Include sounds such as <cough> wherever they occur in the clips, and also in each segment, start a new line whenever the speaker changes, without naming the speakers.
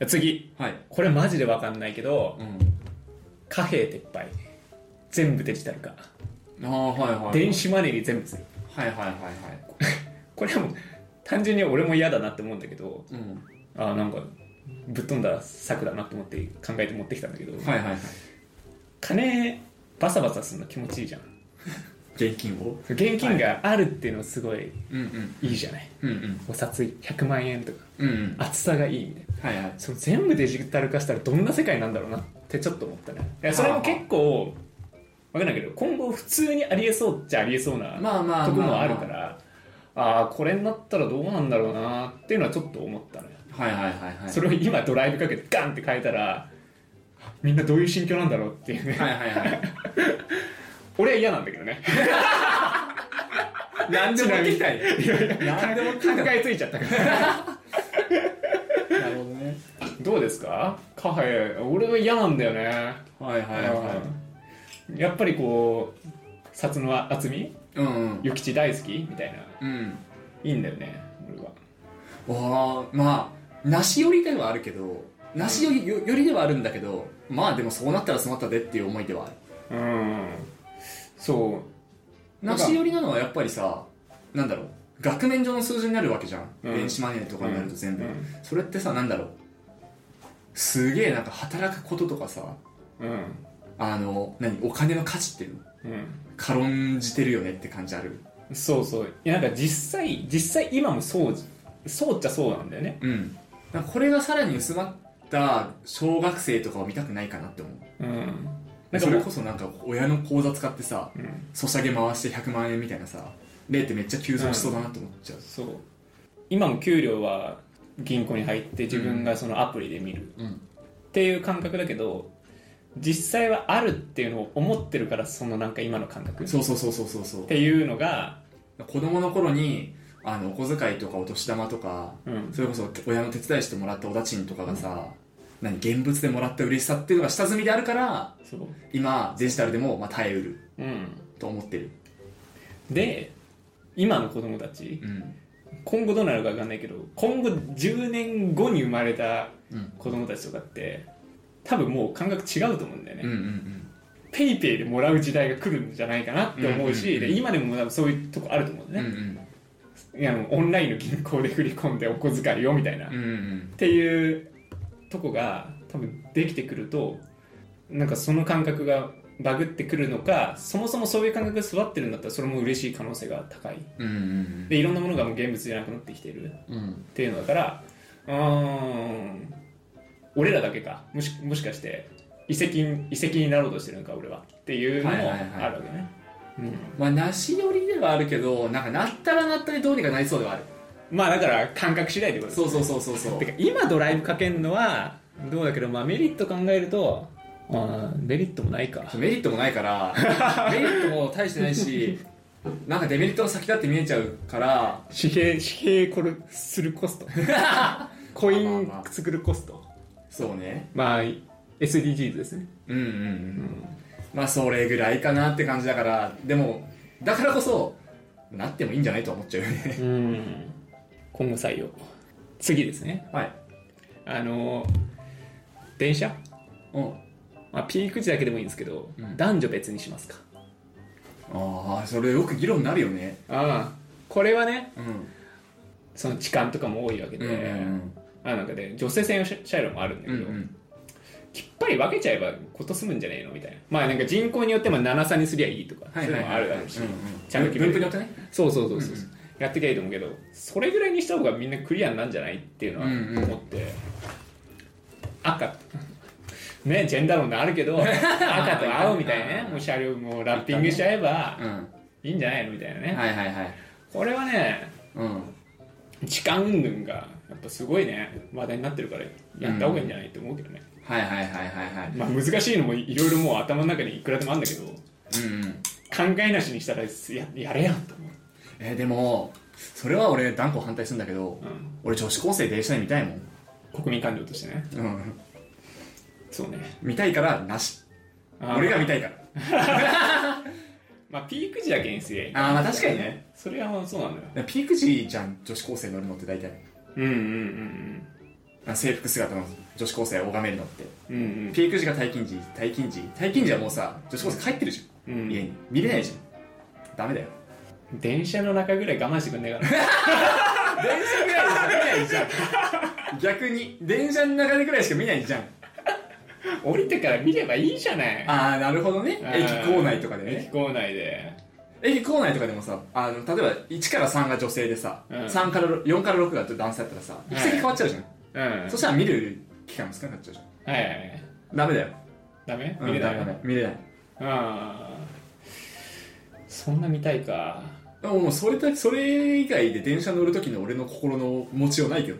ゃあ次
はい。
これマジで分かんないけど
うん。
貨幣撤廃全部デジタル化
ああ、はいはい。
電。子マネーに全部する
はいはいはいはい。
これはもう単純に俺も嫌だなって思うんだけど
うん。
あーなんかぶっ飛んだ策だなと思って考えて持ってきたんだけど、
はいはいはい。
金バサバサするの気持ちいいじゃん
現金を
現金があるっていうのすごい
うんうん。
いいじゃない、
うんうん。
お札100万円とか
うんうん。
厚さがいいみたいな
はいはい。
その全部デジタル化したらどんな世界なんだろうなってちょっと思ったねいやそれも結構分かんないけど今後普通にありえそうっちゃありえそうな
まあまあ
ところ
まあま
も
あ
あるからああこれになったらどうなんだろうなっていうのはちょっと思ったね
はいはいはいはい。
それを今ドライブかけてガンって変えたらみんなどういう心境なんだろうっていうね、
はいはいはい。
俺は嫌なんだけどね
何でも聞きたい。何でも聞き
考
たい。
えつい
<laughs>
ちゃったから
なるほどね。
どうですかカフェ俺は嫌なんだよね
はいはいは
やっぱりこう札の厚み
い。うんうん。
諭吉大好きみたいな
うん。
いいんだよね俺は
ああまあ梨寄りではあるけど梨寄りよ寄りではあるんだけどまあでもそうなったらそうなったでっていう思いではある
うんそなんか
梨寄りなのはやっぱりさなんだろう額面上の数字になるわけじゃん、
うん
電子マネーとかになると全部、
うんうん
それってさなんだろうすげえなんか働くこととかさ
ううん
あの何お金の価値っていうの
う
軽んじてるよねって感じある
んそうそういやなんか実際実際今もそうそうっちゃそうなんだよね
うんなんかこれがさらに薄まった小学生とかを見たくないかなって思う
うん
それこそなんか親の口座使ってさ、
うん
ソシャゲ回して100万円みたいなさ例ってめっちゃ急増しそうだなと思っちゃう、
そう今も給料は銀行に入って自分がそのアプリで見るっ
うん
ていう感覚だけど実際はあるっていうのを思ってるからそのなんか今の感覚
そうそうそうそうそうそう
っていうのが、
子供の頃にあのお小遣いとかお年玉とか、
うん
それこそ親の手伝いしてもらったお駄賃とかがさ、何現物でもらった嬉しさっていうのが下積みであるから
そう。
今デジタルでもまあ耐えうる
うん。
と思ってる
で、今の子供たち、
うん
今後どうなるかわかんないけど、今後10年後に生まれた
うん
子供たちとかって、多分もう感覚違うと思うんだよね。
うんうんうん
ペイペイでもらう時代が来るんじゃないかなって思うし、
うんうんうん
で今でも多分そういうとこあると思うんだ
うんう
ね、
ん
いやあのオンラインの銀行で振り込んでお小遣いよみたいな、
うんうん
っていうとこが多分できてくるとなんかその感覚がバグってくるのかそもそもそういう感覚が育ってるんだったらそれも嬉しい可能性が高い
うんうん
でいろんなものがもう現物じゃなくなってきているっ
うんうん
ていうのだからうーん俺らだけかもしもしかして遺跡に遺跡になろうとしてるのか俺はっていうのもあ
は
る
いは
わ
いは
け
い
ね、うん
まあ梨寄りではあるけどなんかなったらなったでどうにかなりそうではある
まあだから感覚次第ってことです
そうそうそうそうそう
てか今ドライブかけるのはどうだけど、まあ、メリット考えるとあーメリットもないか
メリットもないからメリットも大してないしなんかデメリットの先だって見えちゃうから
紙幣紙幣これするコストコイン
まあまあまあ
作るコスト
そうね
まあ SDGs ですね
うんうんうんまあそれぐらいかなって感じだからでもだからこそなってもいいんじゃないと思っちゃうよね
うん今後採用次ですね
<laughs> はい
あの電車、
うん
まあ、ピーク時だけでもいいんですけど、
うん
男女別にしますか
ああそれよく議論になるよね
ああこれはね
うん
その痴漢とかも多いわけで、
うんうん
あなんかで女性専用車両もあるんだ
う
け
ん
ど、きっぱり分けちゃえばこと済むんじゃねえのみたいなまあなんか人口によっても7差にすりゃいいとか、
はいはい
そういうのもあるだろうし、ちゃんと決める
分布によってね
そうそうそうそう、やってきゃいいと思うけどそれぐらいにした方がみんなクリアになんじゃないっていうのは
うんうん
思って、赤ねジェンダー論があるけ
<laughs>
ど赤と青みたいなねもう車両もラッピングしちゃえば
うん
いいんじゃないのみたいなね、
はいはいはい
これはね
うん
痴漢云々がやっぱすごいね話題になってるからやった方がいいんじゃないって思うけどね、
はいはいはいはいはい
まあ難しいのもいろいろもう頭の中にいくらでもあるんだけど
うんうん
考えなしにしたらややれやんと思う、
えーでもそれは俺断固反対するんだけど、
うん
俺女子高生電車で見たいもん、
国民感情としてね
うん、
そうね
見たいからなし
あー
俺が見たいから
まあピーク時だけにすりゃいい
あーまあ確かにね
それはそうなんだよ
ピーク時じゃん女子高生乗るのって大体
うんうんうんうん
な制服姿の女子高生を拝めるのって
うんうん
ピーク時が退勤時退勤時退勤時はもうさ女子高生帰ってるじ
う
ゃん家
ん
に見れないじゃんダメだよ
電車の中ぐらい我慢してくんねえから
<laughs> 電車ぐらいしか見ないじゃん逆に電車の中でぐらいしか見ないじゃん
降りてから見ればいいじゃない
ああなるほどね駅構内とかで
駅
ね
構内で
駅構内とかでもさあの例えば1から3が女性でさ、
うん
3から4から6が男性だったらさ行き先変わっちゃうじゃん、
うんはい
そしたら見る機会も少なくなっちゃうじゃん
はいはい
ダメだよ、
ダメ
うん
見れない
ダメダメ見れない
ああそんな見たいか
でももうそれだそれ以外で電車乗る時の俺の心の持ちようないけど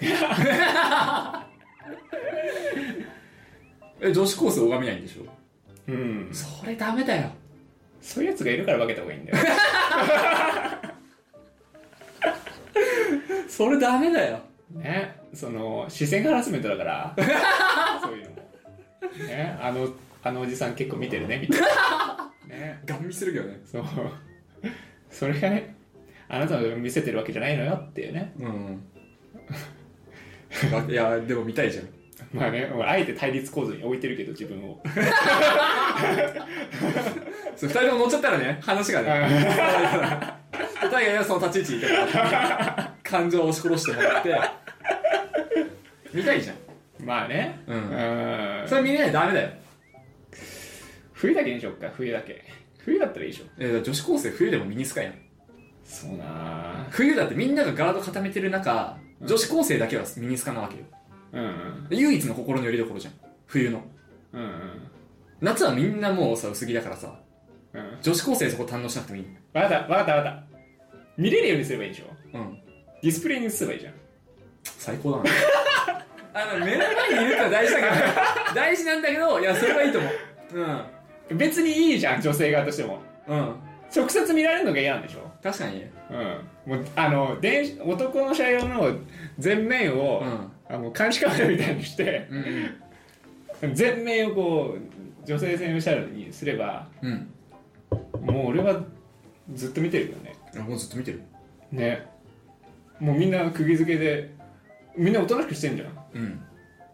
<laughs> え女子高生拝めないんでしょ
うん
それダメだよ
そういうやつがいるから分けた方がいいんだよ
それダメだよ
ねその視線ハラスメントだからそういうのもねあのあのおじさん結構見てるねみたいなね
ガン見するけどね
そうそれがねあなたの見せてるわけじゃないのよっていうね
うん <laughs> いやでも見たいじゃん
まあねあえて対立構図に置いてるけど自分を <laughs>
それ2人とも乗っちゃったらね話がねお互いがその立ち位置にいた <laughs> から感情を押し殺してもらって見たいじゃん
まあね
うん
ん
それ見れないとダメだよ
冬だけにしよっか冬だけ冬だったらいいでしょ
えー女子高生冬でもミニスカやん
そうな
冬だってみんながガード固めてる中女子高生だけはミニスカなわけよ
うん
唯一の心の拠り所じゃん冬の
うんうん
夏はみんなもうさ薄着だからさ
うん
女子高生そこ堪能しなくてもいい
わかったわかったわかった見れるようにすればいいでしょ
うん
ディスプレイに映せばいいじゃん
最高だな <laughs> あの目の前にいるってのは大事だけどね <laughs> 大事なんだけどいやそれはいいと思う
別にいいじゃん女性側としても
うんうん
直接見られるのが嫌なんでしょ
確かにね
うんもうあの電男の車両の前面を、
うん
あの監視カメラみたいにして
うん
前面をこう女性専用車両にすれば
うん
もう俺はずっと見てるよね
あもうずっと見てる
ねもうみんな釘付けでみんなおとなしくしてんじゃん
うん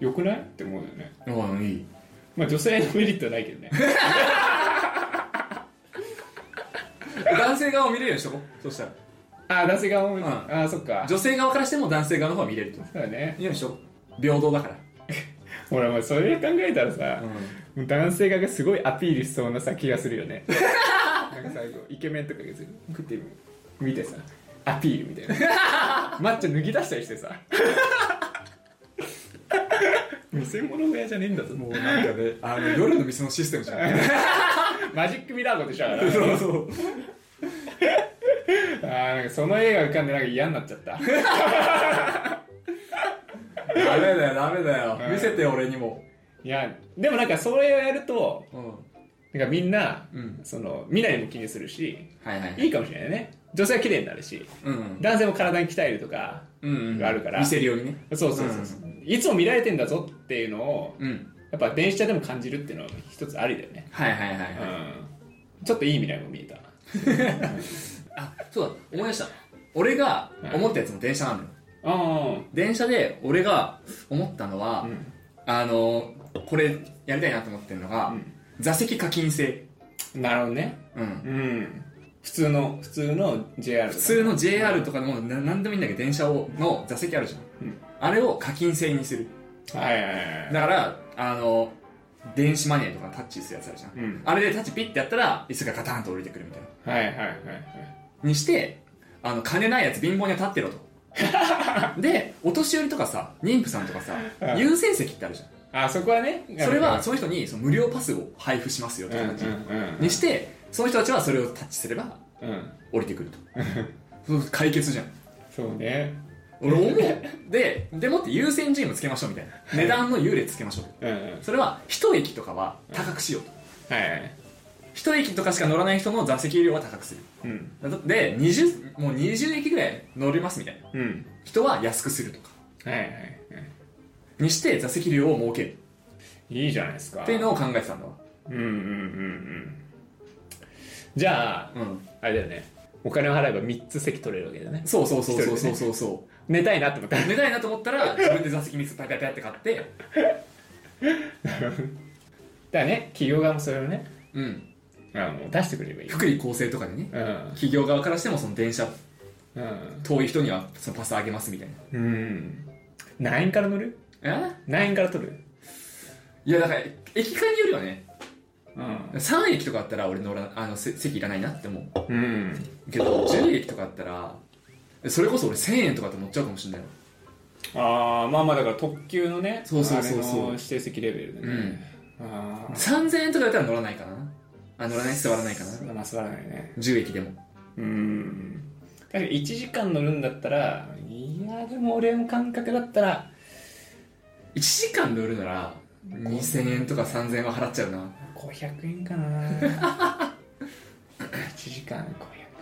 よくないって思うよね
ああいい
まあ女性のメリットはないけどね
<laughs> 男性側を見れるようにしとこうそしたら
ああ男性側も、
ん
ああそっか
女性側からしても男性側の方は見れると
そうだね
いいようにしとこう平等だから
ほらまあそれ考えたらさ、
う
もう男性側がすごいアピールしそうなさ気がするよねなんか最後イケメンとかがずっと食って見てさアピールみたいなマッチョ脱ぎ出したりしてさ見せ物小屋じゃねえんだぞ
んもうなんかねあの夜の店のシステムじゃん <laughs>
マジックミラーゴでしょあれ
そうそう
あーなんかその絵が浮かんでなんか嫌になっちゃった
ダメだよダメだよ
うん
見せて俺にも
いやでもなんかそれをやると
うん
なんかみんな、
うん
その未来も気にするし
はいはい
いいかもしれないね女性は綺麗になるし
うん
男性も体に鍛えるとか
うん
があるから
見せるようにね
そうそうそうそう、いつも見られてんだぞっていうのを
うん
やっぱ電車でも感じるっていうのは一つありだよね、
はいはいはい
う
はい
ん、ちょっといい未来も見えた
あそうだ思い出した俺が思ったやつも電車なのよ
あ
電車で俺が思ったのは、
あうん
あのこれやりたいなと思ってるのが、
うん
座席課金制、
なるほどね
うん、
うん普通の普通の JR
普通の JR とかのな何でもいいんだけど電車をの座席あるじゃん、
うん
あれを課金制にする
はいはいはいはい
だからあの電子マネーとかタッチするやつあるじゃん、
うん
あれでタッチピッてやったら椅子がガタンと降りてくるみたいな
はいはいはいはい
にしてあの金ないやつ貧乏には立ってろと
<laughs>
でお年寄りとかさ妊婦さんとかさ
うん
優先席ってあるじゃ
あそこはね
んそれはその人にその無料パスを配布しますよっ
う
て
んうん
感じ
うん
にしてその人たちはそれをタッチすれば
うん
降りてくるとそう解決じゃん
そうね
俺思うででもって優先順位もつけましょうみたいな値段の優劣つけましょう
うんうん
それは一駅とかは高くしようと
はいはい
一駅とかしか乗らない人の座席料は高くする
うん
で20もう20駅ぐらい乗りますみたいな
うん
人は安くするとか
はいはいはい
にして座席料を設ける
いいじゃないですか
っていうのを考えてたんだわ
うんうんうんうんじゃあ
うん
あれだよねお金を払えば3つ席取れるわけだね
そうそうそうそ
一人で
うそう
ね
そうそう
寝たいなって思った
寝たいなと思ったら自分で座席にパイパイパイって買って
だからね企業側もそれをね
うん
あもう出してくれればいい
福利厚生とかでね
うん
企業側からしてもその電車
うん
遠い人にはそのパスあげますみたいな
うん何円から乗る
え
何円から取る
いやだから駅間によるよね
うん
3駅とかあったら俺乗らあのせ席いらないなって思う
うん
けど10駅とかあったらそれこそ俺1000円とかって乗っちゃうかもしれないの
ああまあまあだから特急のね
そうそうそうそう
あれの指定席レベルでね、ああ
3000円とかだったら乗らないかなあ乗らない座らないかな
まあ座らないね
10駅でも
うん確かに1時間乗るんだったらいやでも俺の感覚だったら
1時間乗るなら2000円とか3000円は払っちゃうな
500円かな1時間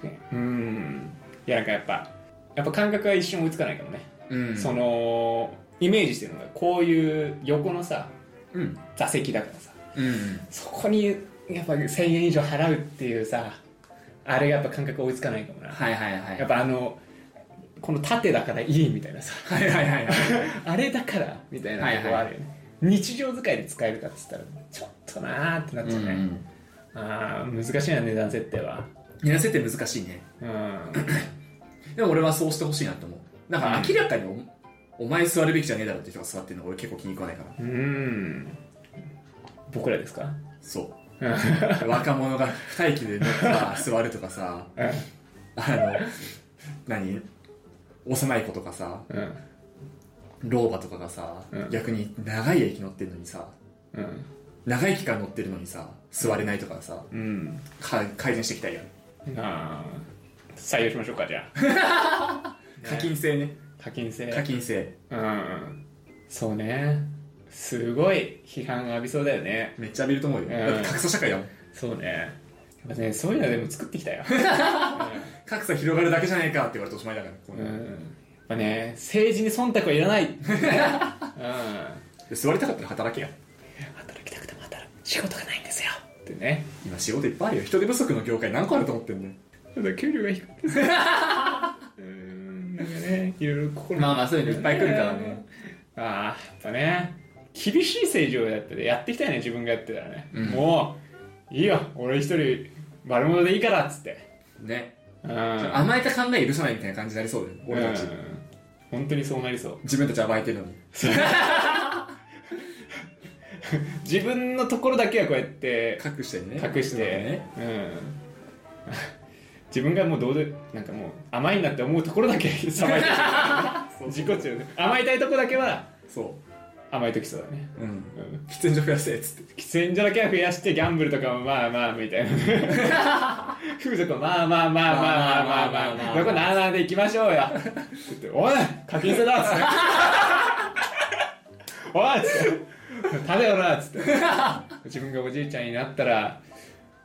500円うんいやなんかやっぱやっぱ感覚は一瞬追いつかないかもね、
うん
そのイメージしてるのがこういう横のさ
うん
座席だからさ
うん
そこにやっぱ1000円以上払うっていうさあれがやっぱ感覚追いつかないかもな、
はいはいはい
やっぱあのこの縦だからいいみたいなさ
はいはいはいはい
あれだからみたいなとこあるよね、日常使いで使えるかっつったらちょっとなーってなっちゃうね、
うん
ああ難しいな値段設定は
寝なせって難しいね
うん
でも俺はそうしてほしいなと思うだから明らかにお,、前座るべきじゃねえだろって人が座ってるの俺結構気に食わないか
う
ら
ん僕らですか <laughs>
そう
うん
若者が二駅で乗ってさ座るとかさあの何幼い子とかさ
うん
老婆とかがさ、
うん
逆に長い駅乗ってるのにさ
うん
長い期間乗ってるのにさ座れないとかさ
うん
か改善していきたいやん
あー採用しましょうかじゃあ
課金制ね
課金制
課金制
うんそうねすごい批判浴びそうだよね
めっちゃ浴びると思うよ、
ん
だって格差社会だもん
そうねやっぱねそういうのでも作ってきたよ、
格差広がるだけじゃねえかって言われておしまいだから、こう
う
ね
ん、やっぱね政治に忖度はいらない、うん
で座りたかったら働けや
働きたくても働く仕事がないんですよってね
今仕事いっぱいあるよ人手不足の業界何個あると思ってんだよ
ただ給料が低くてうーんなんかねいろいろ心
まあまあそういうのいっぱい来るからね
ああやっぱね厳しい政治をやっててやってきたよね自分がやってたらね、
うん
もういいよ俺一人悪者でいいからっつって
ね
うん
甘えた考え許さないみたいな感じになりそうだよね俺たち、
うん本当にそうなりそう
自分たち暴いてるのに
自分のところだけはこうやって
隠してね
隠して、
ね <laughs>
うん、 <laughs> 自分がもうどうでなんかもう甘いんだって思うところだけさばいて
<laughs>
る自己中ね甘えたいとこだけは
そ
甘えときそうだね、
ううん
うん、
喫煙所増やせっつって
喫煙所だけは増やしてギャンブルとかもまあまあみたいな <laughs> 風俗もまあまあまあまあまあまあまあまあ
まあまあまあまあ
どこなあなあで行きましょうよつっておい課金制だっつっておいっつって食べよなっつって自分がおじいちゃんになったら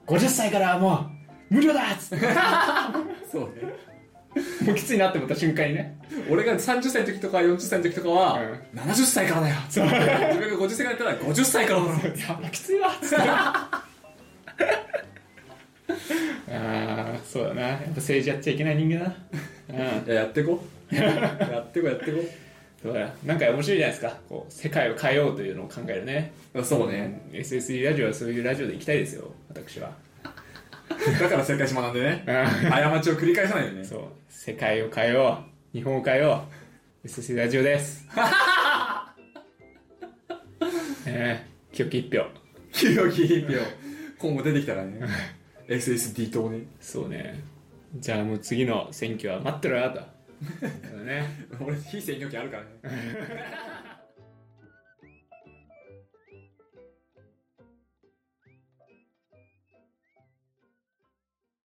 50歳からはもう無料だっつって
そうね
もうきついなって思った瞬間にね
俺が30歳の時とか40歳の時とかは、
う
70歳からだよ自分が50歳からだったら50歳からだよ
やっぱきついわっつって <laughs> ああそうだなやっぱ政治やっちゃいけない人間だなうん
いややってこ <laughs> やってこやって
そうだよなんか面白いじゃないですかこう世界を変えようというのを考えるね
こそうね
SSE ラジオはそういうラジオで行きたいですよ私は
だから世界史学んでね
う
過ちを繰り返さないよね
そう世界を変えよう日本を変えよう SSE ラジオです <laughs> ええ清き一票
企業企業今後出てきたらね SSD 党ね
そうねじゃあもう次の選挙は待ってろよとそうだね
俺非選挙権あるからね